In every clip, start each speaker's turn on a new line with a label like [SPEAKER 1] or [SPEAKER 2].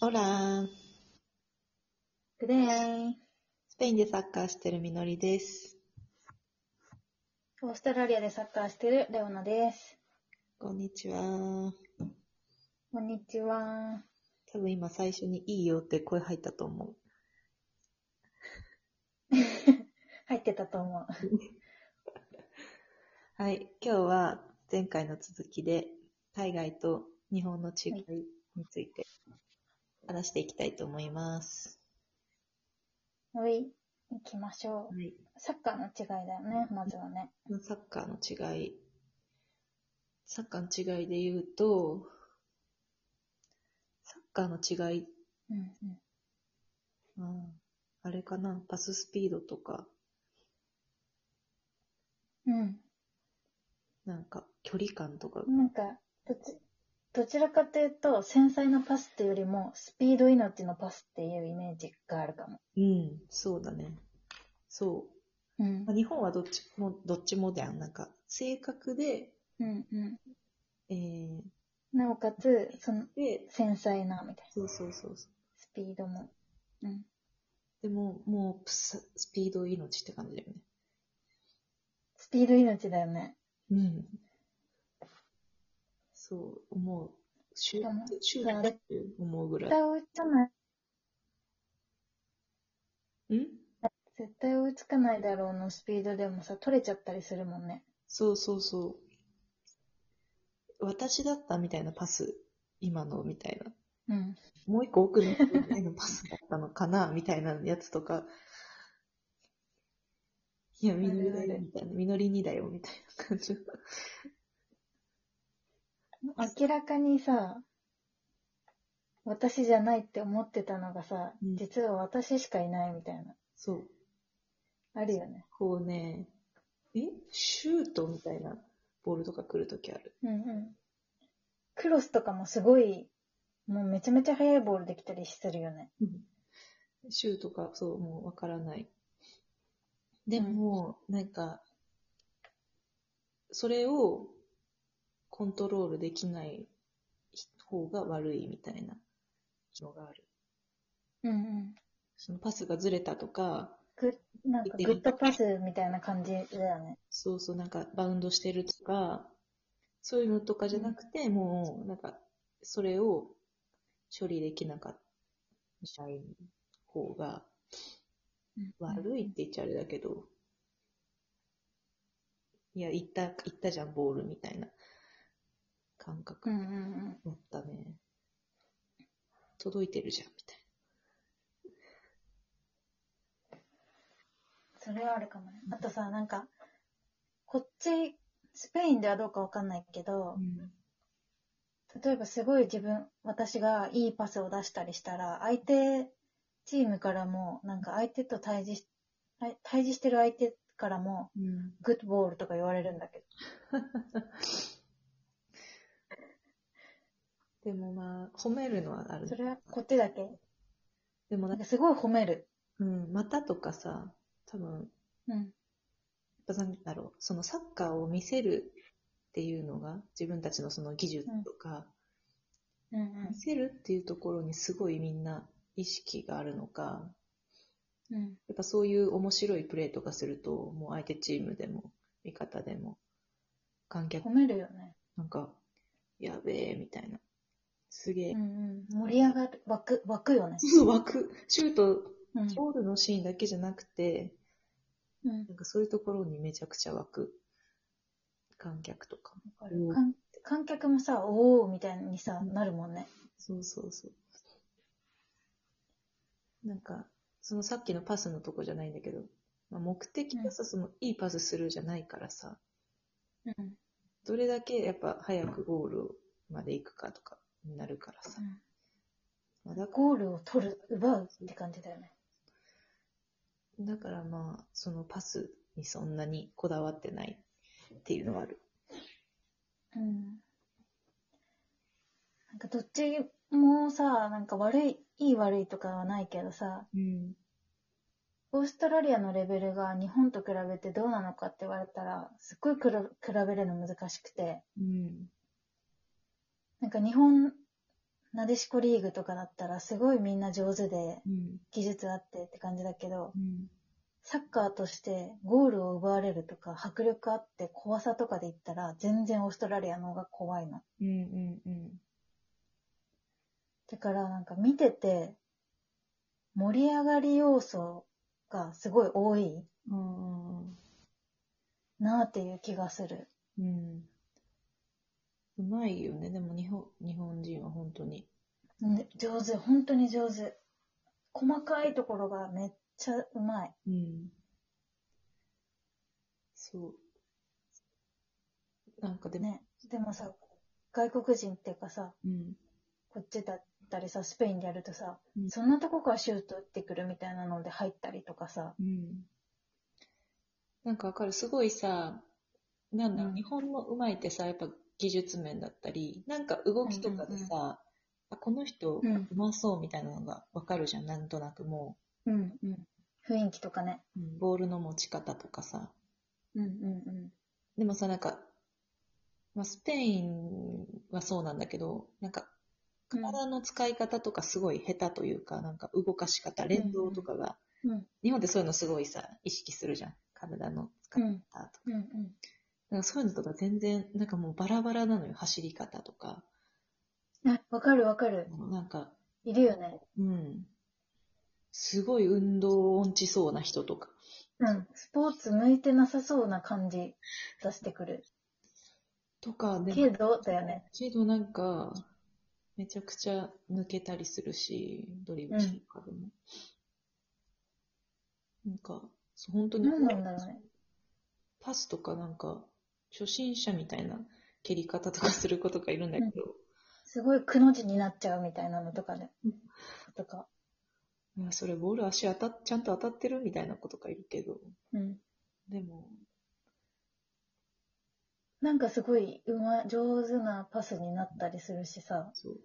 [SPEAKER 1] ほら、
[SPEAKER 2] くれーん。
[SPEAKER 1] スペインでサッカーしてるみのりです。
[SPEAKER 2] オーストラリアでサッカーしてるレオナです。
[SPEAKER 1] こんにちは。
[SPEAKER 2] こんにちは。
[SPEAKER 1] 多分今最初にいいよって声入ったと思う。
[SPEAKER 2] 入ってたと思う。
[SPEAKER 1] はい、今日は前回の続きで海外と日本の違いについて話していきたいと思います。
[SPEAKER 2] おい、行きましょう。
[SPEAKER 1] はい、
[SPEAKER 2] サッカーの違いだよね、まずはね。
[SPEAKER 1] サッカーの違い。サッカーの違いで言うと、サッカーの違い、
[SPEAKER 2] うんうん。
[SPEAKER 1] うん、あれかな、パススピードとか、
[SPEAKER 2] うん。
[SPEAKER 1] なんか距離感とか、
[SPEAKER 2] なんか、どち、どちらかというと、繊細なパスっていうよりも、スピード命のパスっていうイメージがあるかも。
[SPEAKER 1] うん、そうだね。そう。
[SPEAKER 2] うん
[SPEAKER 1] まあ、日本はどっちも、どっちもだよ。なんか、正確で、
[SPEAKER 2] うんう
[SPEAKER 1] えー、
[SPEAKER 2] ん。なおかつ、その、
[SPEAKER 1] で、
[SPEAKER 2] 繊細な、みたいな。
[SPEAKER 1] そうそうそうそう。
[SPEAKER 2] スピードも。うん。
[SPEAKER 1] でも、もうプス、スピード命って感じだよね。
[SPEAKER 2] スピード命だよね。
[SPEAKER 1] うん。そう、もう、シュ
[SPEAKER 2] で
[SPEAKER 1] ー
[SPEAKER 2] も
[SPEAKER 1] ト、シュ
[SPEAKER 2] で
[SPEAKER 1] ー
[SPEAKER 2] も
[SPEAKER 1] トって思うぐら
[SPEAKER 2] 絶
[SPEAKER 1] い。
[SPEAKER 2] 対追いつかない。
[SPEAKER 1] うん
[SPEAKER 2] 絶対追いつかないだろうのスピードでもさ、取れちゃったりするもんね。
[SPEAKER 1] そうそうそう。私だったみたいなパス、今のみたいな。
[SPEAKER 2] うん。
[SPEAKER 1] もう一個奥の人ぐらいのパスだったのかなみたいなやつとか。いや、みのりだよ、みたいな。みのりにだよ、みたいな感じ。
[SPEAKER 2] 明らかにさ、私じゃないって思ってたのがさ、
[SPEAKER 1] うん
[SPEAKER 2] 実は私しかいないみたいな。
[SPEAKER 1] そう。
[SPEAKER 2] あるよね。
[SPEAKER 1] こうね、えシュートみたいなボールとか来るときある。
[SPEAKER 2] うんうん。クロスとかもすごい、もうめちゃめちゃ速いボールできたりするよね。
[SPEAKER 1] シュートか、そう、もうわからない。でも、なんか、それをコントロールできない方が悪いみたいなのがある。
[SPEAKER 2] うんうん。
[SPEAKER 1] そのパスがずれたとか、
[SPEAKER 2] ぐ、なんかグッドパスみたいな感じだよね。
[SPEAKER 1] そうそう、なんかバウンドしてるとか、そういうのとかじゃなくて、もう、なんか、それを処理できなかった方が悪いって言っちゃあれだけど、いや、行った、行ったじゃん、ボールみたいな感
[SPEAKER 2] う
[SPEAKER 1] 覚
[SPEAKER 2] ん
[SPEAKER 1] だ
[SPEAKER 2] うんうん。
[SPEAKER 1] ったね。届いてるじゃん、みたい
[SPEAKER 2] それはあるかもね。あとさ、なんか、こっち、スペインではどうかわかんないけど、
[SPEAKER 1] な。
[SPEAKER 2] 例えばすごい自分、私がいいパスを出したりしたら、相手チームからも、なんか相手と対峙し、対対峙してる相手からも、
[SPEAKER 1] うん。
[SPEAKER 2] グッドボールとか言われるんだけど。
[SPEAKER 1] でもまあ、褒めるのはある
[SPEAKER 2] そ。れはこっちだけ
[SPEAKER 1] でもな
[SPEAKER 2] なん
[SPEAKER 1] ん
[SPEAKER 2] か
[SPEAKER 1] か、
[SPEAKER 2] すごい褒める。
[SPEAKER 1] うん、またとかさ、多分、
[SPEAKER 2] うん。
[SPEAKER 1] やっぱなんだろう、そのサッカーを見せるっていうのが、自分たちのその技術とか、
[SPEAKER 2] うん
[SPEAKER 1] 見せるっていうところにすごいみんな意識があるのか、
[SPEAKER 2] うん。うん。
[SPEAKER 1] やっぱそういう面白いプレーとかすると、もう相手チームでも、味方でも、観客
[SPEAKER 2] 褒めるよね。
[SPEAKER 1] なんか、やべえ、みたいな。すげえ
[SPEAKER 2] うん。うん。盛り上がる。湧く、湧くよね。
[SPEAKER 1] そう枠、シュート、
[SPEAKER 2] うん。
[SPEAKER 1] ゴールのシーンだけじゃなくて、
[SPEAKER 2] うん。
[SPEAKER 1] なんかそういうところにめちゃくちゃ湧く。観客とかも。
[SPEAKER 2] わかる観観客もさ、おおみたいにさ、なるもんね。
[SPEAKER 1] そうそうそう。なんか、そのさっきのパスのとこじゃないんだけど、まあ、目的がさ、そのいいパスするじゃないからさ、
[SPEAKER 2] うん。うん。
[SPEAKER 1] どれだけやっぱ早くゴールまで行くかとかになるからさ。まあだか
[SPEAKER 2] ゴールを取る、奪うって感じだよね。
[SPEAKER 1] だからまあ、そのパスにそんなにこだわってないっていうのはある。
[SPEAKER 2] うんなんかどっちもさ、なんか悪い、いい悪いとかはないけどさ、
[SPEAKER 1] うん。
[SPEAKER 2] オーストラリアのレベルが日本と比べてどうなのかって言われたら、すっごいくら比べるの難しくて、
[SPEAKER 1] うん。
[SPEAKER 2] なんか日本、なでしこリーグとかだったらすごいみんな上手で
[SPEAKER 1] うん。
[SPEAKER 2] 技術あってって感じだけど、
[SPEAKER 1] うん。
[SPEAKER 2] サッカーとしてゴールを奪われるとか迫力あって怖さとかで言ったら全然オーストラリアの方が怖いの。
[SPEAKER 1] うん。うん。うん。
[SPEAKER 2] だからなんか見てて盛り上がり要素がすごい多い
[SPEAKER 1] ああ。
[SPEAKER 2] なっていう気がする。
[SPEAKER 1] うん。うまいよね。でも日本、日本人は本当に。
[SPEAKER 2] ね上手、本当に上手。細かいところがめっちゃうまい。
[SPEAKER 1] うん。そう。なんかでも、
[SPEAKER 2] ね。でもさ、外国人っていうかさ、
[SPEAKER 1] うん。
[SPEAKER 2] こっちだったりさ、スペインでやるとさ、
[SPEAKER 1] うん
[SPEAKER 2] そんなとこからシュート打ってくるみたいなので入ったりとかさ、
[SPEAKER 1] うん。なんかわかる。すごいさ、なんだろう、
[SPEAKER 2] うん
[SPEAKER 1] 日本のうまいってさ、やっぱ技術面だったり、なんか動きとかでさ、あこの人
[SPEAKER 2] うん
[SPEAKER 1] うまそうみたいなのがわかるじゃん、なんとなくも
[SPEAKER 2] うんうん、雰囲気とかね。
[SPEAKER 1] う、ボールの持ち方とかさ。
[SPEAKER 2] うんうんうん。
[SPEAKER 1] でもさ、なんか、まあ、スペインはそうなんだけど、なんか、
[SPEAKER 2] うん
[SPEAKER 1] 体の使い方とかすごい下手というか、なんか動かし方、連動とかが、
[SPEAKER 2] うん
[SPEAKER 1] 日本ってそういうのすごいさ、意識するじゃん。体の使い方とか。
[SPEAKER 2] うんうん。
[SPEAKER 1] なんかそういうのとか全然、なんかもうバラバラなのよ、走り方とか。
[SPEAKER 2] あ、わかるわかる。
[SPEAKER 1] なんか、
[SPEAKER 2] いるよね。
[SPEAKER 1] うん。すごい運動音痴そうな人とか。
[SPEAKER 2] うん。スポーツ向いてなさそうな感じ出してくる。
[SPEAKER 1] とか、で
[SPEAKER 2] け
[SPEAKER 1] も、
[SPEAKER 2] ど、だよね。
[SPEAKER 1] けどなんか、めちゃくちゃ抜けたりするし、ドリブルとかでも。なんか、そう本当に
[SPEAKER 2] なんなんだろうね。
[SPEAKER 1] パスとかなんか、初心者みたいな蹴り方とかする子とかいるんだけど、
[SPEAKER 2] すごいくの字になっちゃうみたいなのとかね
[SPEAKER 1] うん。
[SPEAKER 2] とか。
[SPEAKER 1] うんそれボール足当たっ、ちゃんと当たってるみたいな子とかいるけど、
[SPEAKER 2] うん。
[SPEAKER 1] でも、
[SPEAKER 2] なんかすごい、うま、上手なパスになったりするしさ。
[SPEAKER 1] そう。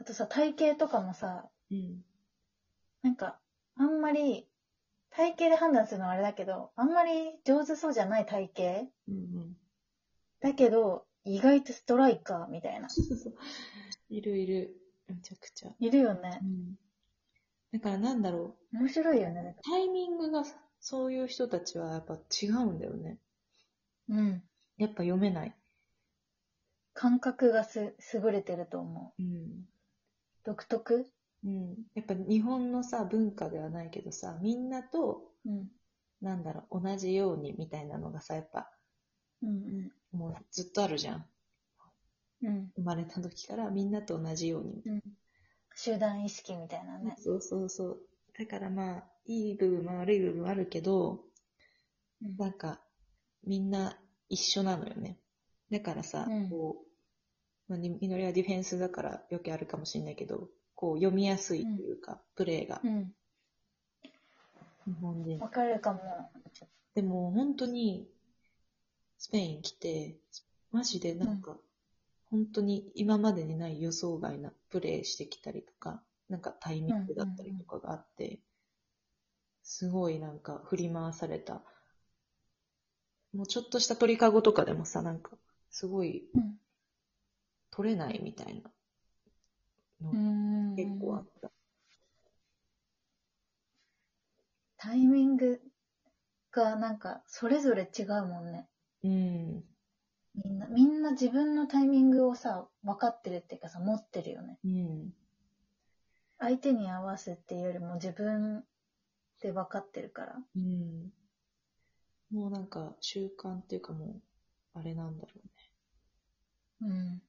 [SPEAKER 2] あとさ、体型とかもさ、
[SPEAKER 1] うん。
[SPEAKER 2] なんか、あんまり、体型で判断するのはあれだけど、あんまり上手そうじゃない体型
[SPEAKER 1] うんうん。
[SPEAKER 2] だけど、意外とストライカーみたいな。
[SPEAKER 1] いるいる。めちゃくちゃ。
[SPEAKER 2] いるよね
[SPEAKER 1] う。ん。だからなんだろ
[SPEAKER 2] 面白いよね。
[SPEAKER 1] う。タイミングが、そういう人たちはやっぱ違うんだよね。
[SPEAKER 2] うん。
[SPEAKER 1] やっぱ読めない。
[SPEAKER 2] 感覚がす、優れてると思
[SPEAKER 1] うん。
[SPEAKER 2] う。独特
[SPEAKER 1] うん。やっぱ日本のさ、文化ではないけどさ、みんなと、
[SPEAKER 2] うん。
[SPEAKER 1] なんだろう、同じようにみたいなのがさ、やっぱ、
[SPEAKER 2] うん
[SPEAKER 1] もうずっとあるじゃん。
[SPEAKER 2] うん。うん。
[SPEAKER 1] 生まれた時からみんなと同じように。
[SPEAKER 2] うん。集団意識みたいなね。
[SPEAKER 1] そうそうそう。だからまあ、いい部分も悪い部分もあるけど、
[SPEAKER 2] うん
[SPEAKER 1] なんか、みんな一緒なのよね。だからさ、
[SPEAKER 2] うん
[SPEAKER 1] こう、まあ、にみのりはディフェンスだから余計あるかもしれないけど、こう読みやすいというか、プレーが、
[SPEAKER 2] うん。
[SPEAKER 1] 日本人。
[SPEAKER 2] わかるかも。
[SPEAKER 1] でも本当に、スペイン来て、マジでなんか、本当に今までにない予想外なプレーしてきたりとか、なんかタイミングだったりとかがあって、すごいなんか振り回された。もうちょっとした鳥かごとかでもさ、なんか、すごい
[SPEAKER 2] うん。
[SPEAKER 1] 取れないみたいな
[SPEAKER 2] うーん。
[SPEAKER 1] 結構あった。
[SPEAKER 2] タイミングがなんか、それぞれ違うもんね。
[SPEAKER 1] うん。
[SPEAKER 2] みんな、みんな自分のタイミングをさ、分かってるっていうかさ、持ってるよね。
[SPEAKER 1] うん。
[SPEAKER 2] 相手に合わせっていうよりも自分で分かってるから。
[SPEAKER 1] うん。もうなんか習慣っていうかもう、あれなんだろうね。
[SPEAKER 2] うん。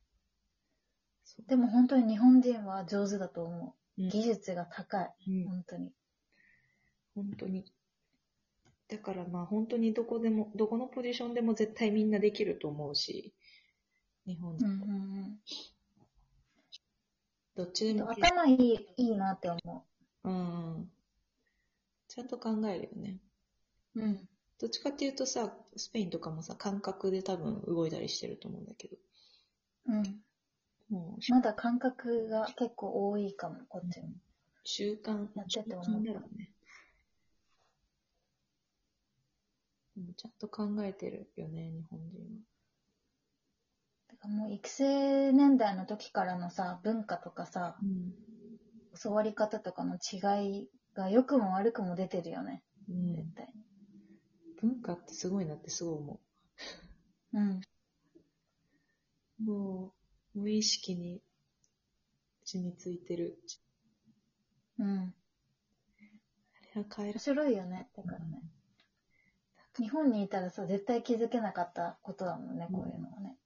[SPEAKER 1] そう
[SPEAKER 2] でも本当に日本人は上手だと思
[SPEAKER 1] う
[SPEAKER 2] う。
[SPEAKER 1] ん
[SPEAKER 2] 技術が高い。
[SPEAKER 1] うん、
[SPEAKER 2] 本当に。
[SPEAKER 1] 本当に。だからまあ本当にどこでも、どこのポジションでも絶対みんなできると思うし、日本
[SPEAKER 2] うん
[SPEAKER 1] 人、
[SPEAKER 2] うんうん。
[SPEAKER 1] どっちでもいい。
[SPEAKER 2] 頭いい、いいなって思
[SPEAKER 1] うん。ちゃんと考えるよね。
[SPEAKER 2] う。うん。
[SPEAKER 1] どっちかっていうとさ、スペインとかもさ、感覚で多分動いたりしてると思うんだけど、
[SPEAKER 2] うん。
[SPEAKER 1] もう
[SPEAKER 2] まだ感覚が結構多いかも、こっちも。
[SPEAKER 1] 習慣、
[SPEAKER 2] やってて思う
[SPEAKER 1] 習慣だろうね。でもちゃんと考えてるよね、日本人は。
[SPEAKER 2] だからもう育成年代の時からのさ、文化とかさ、
[SPEAKER 1] うん。
[SPEAKER 2] 教わり方とかの違いが良くも悪くも出てるよね。
[SPEAKER 1] う
[SPEAKER 2] 絶
[SPEAKER 1] ん、
[SPEAKER 2] 対に。
[SPEAKER 1] 文化ってすごいなってすごい思
[SPEAKER 2] うん。
[SPEAKER 1] う。もう、無意識に血についてる。
[SPEAKER 2] うん。
[SPEAKER 1] あれは変え
[SPEAKER 2] 面
[SPEAKER 1] ら
[SPEAKER 2] 白いよね。だから
[SPEAKER 1] れな
[SPEAKER 2] ね
[SPEAKER 1] い。。
[SPEAKER 2] 日本にいたらさ、絶対気づけなかったことだもんね、こういうのはね。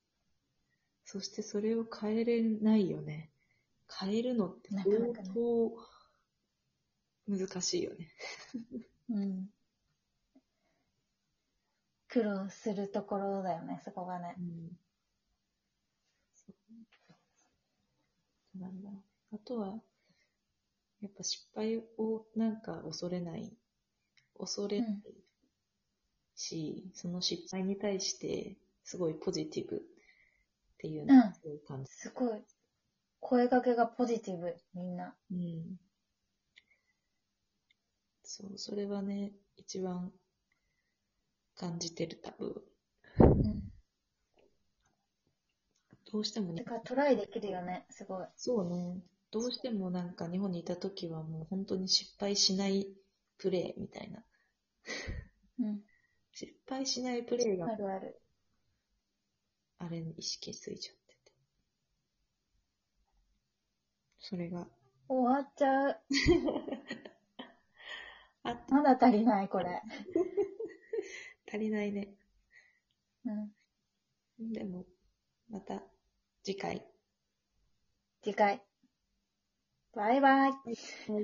[SPEAKER 1] そしてそれを変えれないよね。変えるのって
[SPEAKER 2] な
[SPEAKER 1] 相
[SPEAKER 2] かなかね
[SPEAKER 1] 当難しいよね。
[SPEAKER 2] うん。苦労するところだよね、そこがね
[SPEAKER 1] う。ん。そうなんだ。あとは、やっぱ失敗をなんか恐れない。恐れないし、その失敗に対してすごいポジティブっていうの
[SPEAKER 2] うん
[SPEAKER 1] すごい感じ。
[SPEAKER 2] すごい。声かけがポジティブ、みんな。
[SPEAKER 1] うん。そう、それはね、一番感じてる、多分。
[SPEAKER 2] うん。
[SPEAKER 1] どうしても
[SPEAKER 2] だ
[SPEAKER 1] ね
[SPEAKER 2] か、らトライできるよね、すごい。
[SPEAKER 1] そうね。どうしてもなんか日本にいた時はもう本当に失敗しないプレーみたいな。
[SPEAKER 2] うん。
[SPEAKER 1] 失敗しないプレーが
[SPEAKER 2] あるある。
[SPEAKER 1] あれに意識ついちゃってて。それが、
[SPEAKER 2] 終わっちゃう。
[SPEAKER 1] あ、
[SPEAKER 2] まだ足りない、これ。
[SPEAKER 1] 足りないね。
[SPEAKER 2] うん。
[SPEAKER 1] でも、また次回。
[SPEAKER 2] 次回。バイバイ。